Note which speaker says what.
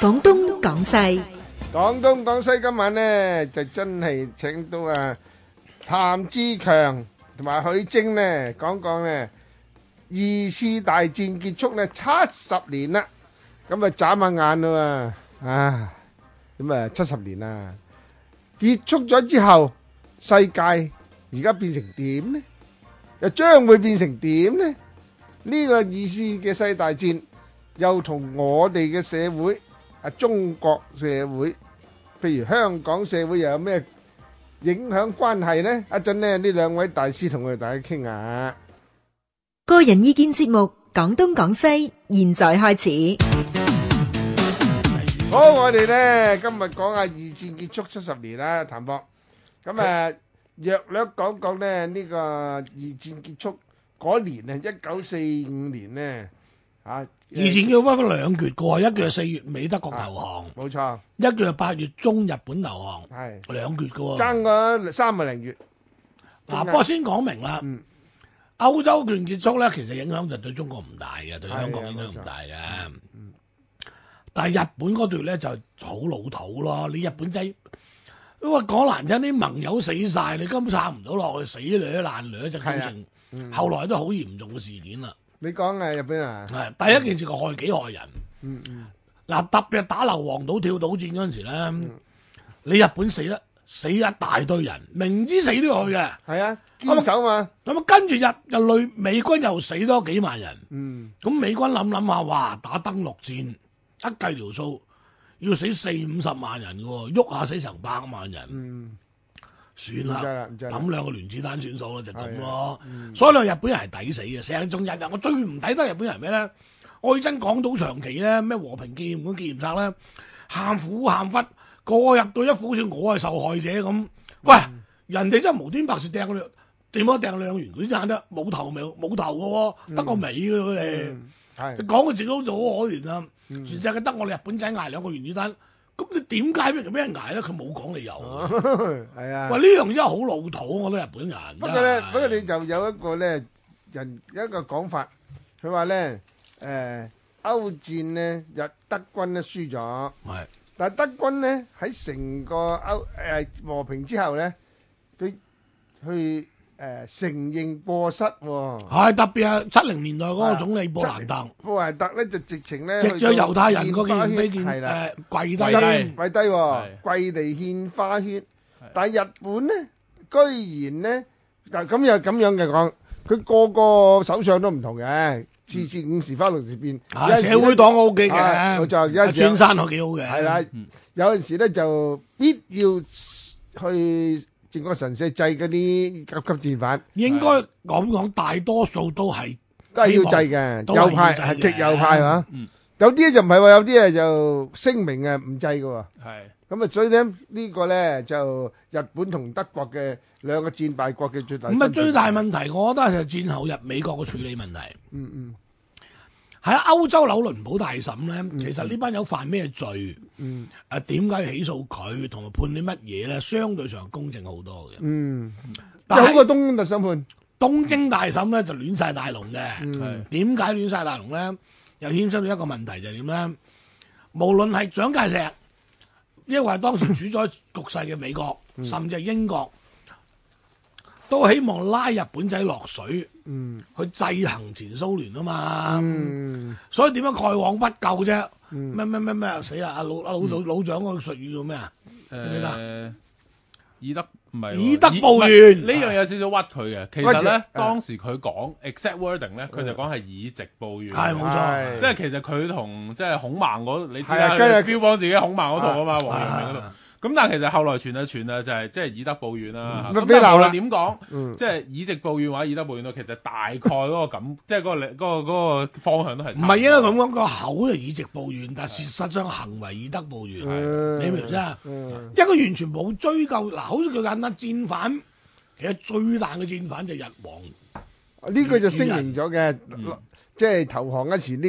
Speaker 1: 廣東廣西
Speaker 2: 廣東廣西今晚呢，就真係請到啊譚志強同埋許楨呢講講呢二次大戰結束呢七十年啦，咁啊眨下眼啦喎，啊咁啊七十年啦，結束咗之後，世界而家變成點呢？又將會變成點呢？呢、個二次嘅世大戰又同我哋嘅社會啊，中國社會，譬如香港社會又有咩影響關係呢？一陣呢，呢兩位大師同我哋大家傾下。
Speaker 1: 個人意見節目《廣東廣西》，現在開始。
Speaker 2: 好，我哋呢今日講下二戰結束七十年啦，譚博。咁啊，略略講講呢呢、個二戰結束嗰年啊，一九四五年呢，啊，
Speaker 3: 二戰要分分兩橛嘅喎，一橛係四月美德國投降，
Speaker 2: 冇錯，
Speaker 3: 一橛係八月中日本投降，
Speaker 2: 係
Speaker 3: 兩橛嘅喎。
Speaker 2: 爭咗三個零月，
Speaker 3: 嗱，
Speaker 2: 中間啊
Speaker 3: 不過先講明啦
Speaker 2: 嗯，
Speaker 3: 歐洲段結束咧，其實影響就對中國唔大嘅，對
Speaker 2: 係啊嗯
Speaker 3: 香港影響唔大嘅。但係日本嗰段咧就好老土咯，你日本仔，因為講難聽啲盟友死晒，你根本撐唔到落去，死掠爛掠就構
Speaker 2: 啊
Speaker 3: 成
Speaker 2: 嗯
Speaker 3: 後來都好嚴重嘅事件啦。
Speaker 2: 你講啊日本啊，
Speaker 3: 係第一件事就害己害人。
Speaker 2: 嗯嗯。
Speaker 3: 嗱，特別係打硫磺島跳島戰嗰陣時咧，你日本死得死一大堆人，明知死都要去嘅。
Speaker 2: 系啊，堅守嘛，
Speaker 3: 咁啊，跟住日又累美軍又死多幾萬人。
Speaker 2: 嗯，
Speaker 3: 咁美軍諗諗下，哇！打登陸戰一計條數，要死四五十萬人嘅喎，喐下死成百萬人。
Speaker 2: 嗯，
Speaker 3: 算
Speaker 2: 唔制
Speaker 3: 啦
Speaker 2: 啦，唔制啦
Speaker 3: 抌兩個原子彈算數啦，就咁咯。所以咧，日本人係抵死嘅，成日仲有人。我最唔抵得日本人係咩咧？愛憎港島長期咧，咩和平紀念館紀念冊咧，喊苦喊忽，個個入到一副好似我係受害者咁。喂，人哋真係無端白事掟佢，點解掟兩原子彈得冇頭尾冇頭嘅喎，得個尾嘅喎佢哋。
Speaker 2: 嗯係
Speaker 3: 講佢自己好似好可憐啊！全世界得我哋日本仔捱兩個原子彈，咁你點解俾俾人捱咧？佢冇講理由喎。
Speaker 2: 係啊
Speaker 3: 喂，。呢樣真係好老土，我覺得日本人真係。
Speaker 2: 不過咧，不過你就有一個咧人一個講法，佢話咧誒歐戰咧日德軍咧輸咗，
Speaker 3: 係
Speaker 2: 但係德軍咧喺成個歐誒、和平之後咧，佢去誒、承認過失喎、
Speaker 3: 係特別係七零年代嗰個總理布蘭特，
Speaker 2: 布萊特咧就直情咧
Speaker 3: 藉咗猶太人嗰
Speaker 2: 獻花圈
Speaker 3: 件呢件
Speaker 2: 係啦。
Speaker 3: 誒跪低
Speaker 4: 跪低
Speaker 3: 添，
Speaker 2: 跪低喎，
Speaker 4: 係
Speaker 2: 跪地獻花圈。但係日本呢，居然呢，嗱咁又咁樣嘅講，佢個個首相都唔同嘅，次次五時花六時變。
Speaker 3: 啊
Speaker 2: 有陣時呢
Speaker 3: 社會黨我 OK
Speaker 2: 啊冇
Speaker 3: 嘅，
Speaker 2: 錯有陣時
Speaker 3: 孫山我幾好嘅，
Speaker 2: 係啦，有陣時咧就必要去靖國神社制嗰啲甲級戰犯，
Speaker 3: 應該咁講，大多數都係
Speaker 2: 都係要制嘅，
Speaker 3: 都係要
Speaker 2: 右派
Speaker 3: 制
Speaker 2: 係
Speaker 3: 嘅
Speaker 2: 極右派啊
Speaker 4: 嗯。
Speaker 2: 有啲就唔係喎，有啲啊就聲明啊唔制嘅喎。
Speaker 4: 係
Speaker 2: 咁啊，所以咧呢個咧就日本同德國嘅兩個戰敗國嘅最大
Speaker 3: 咁啊
Speaker 2: 分別
Speaker 3: 最大問題，我覺得係戰後日美國嘅處理問題。
Speaker 2: 嗯嗯
Speaker 3: 喺歐洲紐倫堡大審
Speaker 2: 嗯
Speaker 3: 咧，其實呢班友犯咩罪？嗯，誒點解起訴佢，同埋判你乜嘢咧？相對上公正好多嘅。
Speaker 2: 嗯，就
Speaker 3: 但
Speaker 2: 好
Speaker 3: 係
Speaker 2: 過東特審判，
Speaker 3: 東京大審咧就亂晒大龍嘅。
Speaker 4: 係
Speaker 3: 點解亂晒大龍咧？又牽涉到一個問題就係點咧？無論係蔣介石，抑或係當時主宰局勢嘅美國，甚至係英國，都希望拉日本仔落水，
Speaker 2: 嗯
Speaker 3: 去制衡前蘇聯啊嘛。
Speaker 2: 嗯
Speaker 3: 所以點樣蓋往不救啫？咩咩咩咩死啦！阿老阿老老老長嗰個術語叫咩啊？記
Speaker 4: 誒，呃以德唔係喎
Speaker 3: 以德報怨啊
Speaker 4: 以唔係呢樣有少少屈佢嘅。其
Speaker 2: 屈
Speaker 4: 實
Speaker 2: 佢
Speaker 4: 咧，當時佢講 exact wording 咧，佢就講係以直報怨。
Speaker 3: 嗯係冇
Speaker 2: 係
Speaker 3: 錯，
Speaker 4: 即係其實佢同即係孔孟嗰，你知
Speaker 2: 係啊
Speaker 4: 啦，
Speaker 2: 梗係
Speaker 4: 佢標榜自己孔孟嗰套啊嘛，黃
Speaker 3: 啊
Speaker 4: 陽明嗰套。咁但係其實後來傳就傳啊啦，就係即係以德報怨啦。
Speaker 2: 嗯
Speaker 4: 咁
Speaker 2: 俾
Speaker 4: 但係
Speaker 2: 鬧
Speaker 4: 無
Speaker 2: 啦
Speaker 4: 論點講，
Speaker 2: 嗯
Speaker 4: 即係以直報怨或者以德報怨咯，其實大概嗰個感，即係嗰個嗰個嗰個方向都係差
Speaker 3: 唔係
Speaker 4: 多。
Speaker 3: 應該咁講個口就以直報怨，但事實上行為以德報怨，
Speaker 2: 嗯
Speaker 3: 你明唔明啊？
Speaker 2: 嗯，
Speaker 3: 一個完全冇追究嗱，好似佢簡單戰犯，其實最大嘅戰犯就係日皇。
Speaker 2: 呢個就聲明咗嘅，即係投降嗰時呢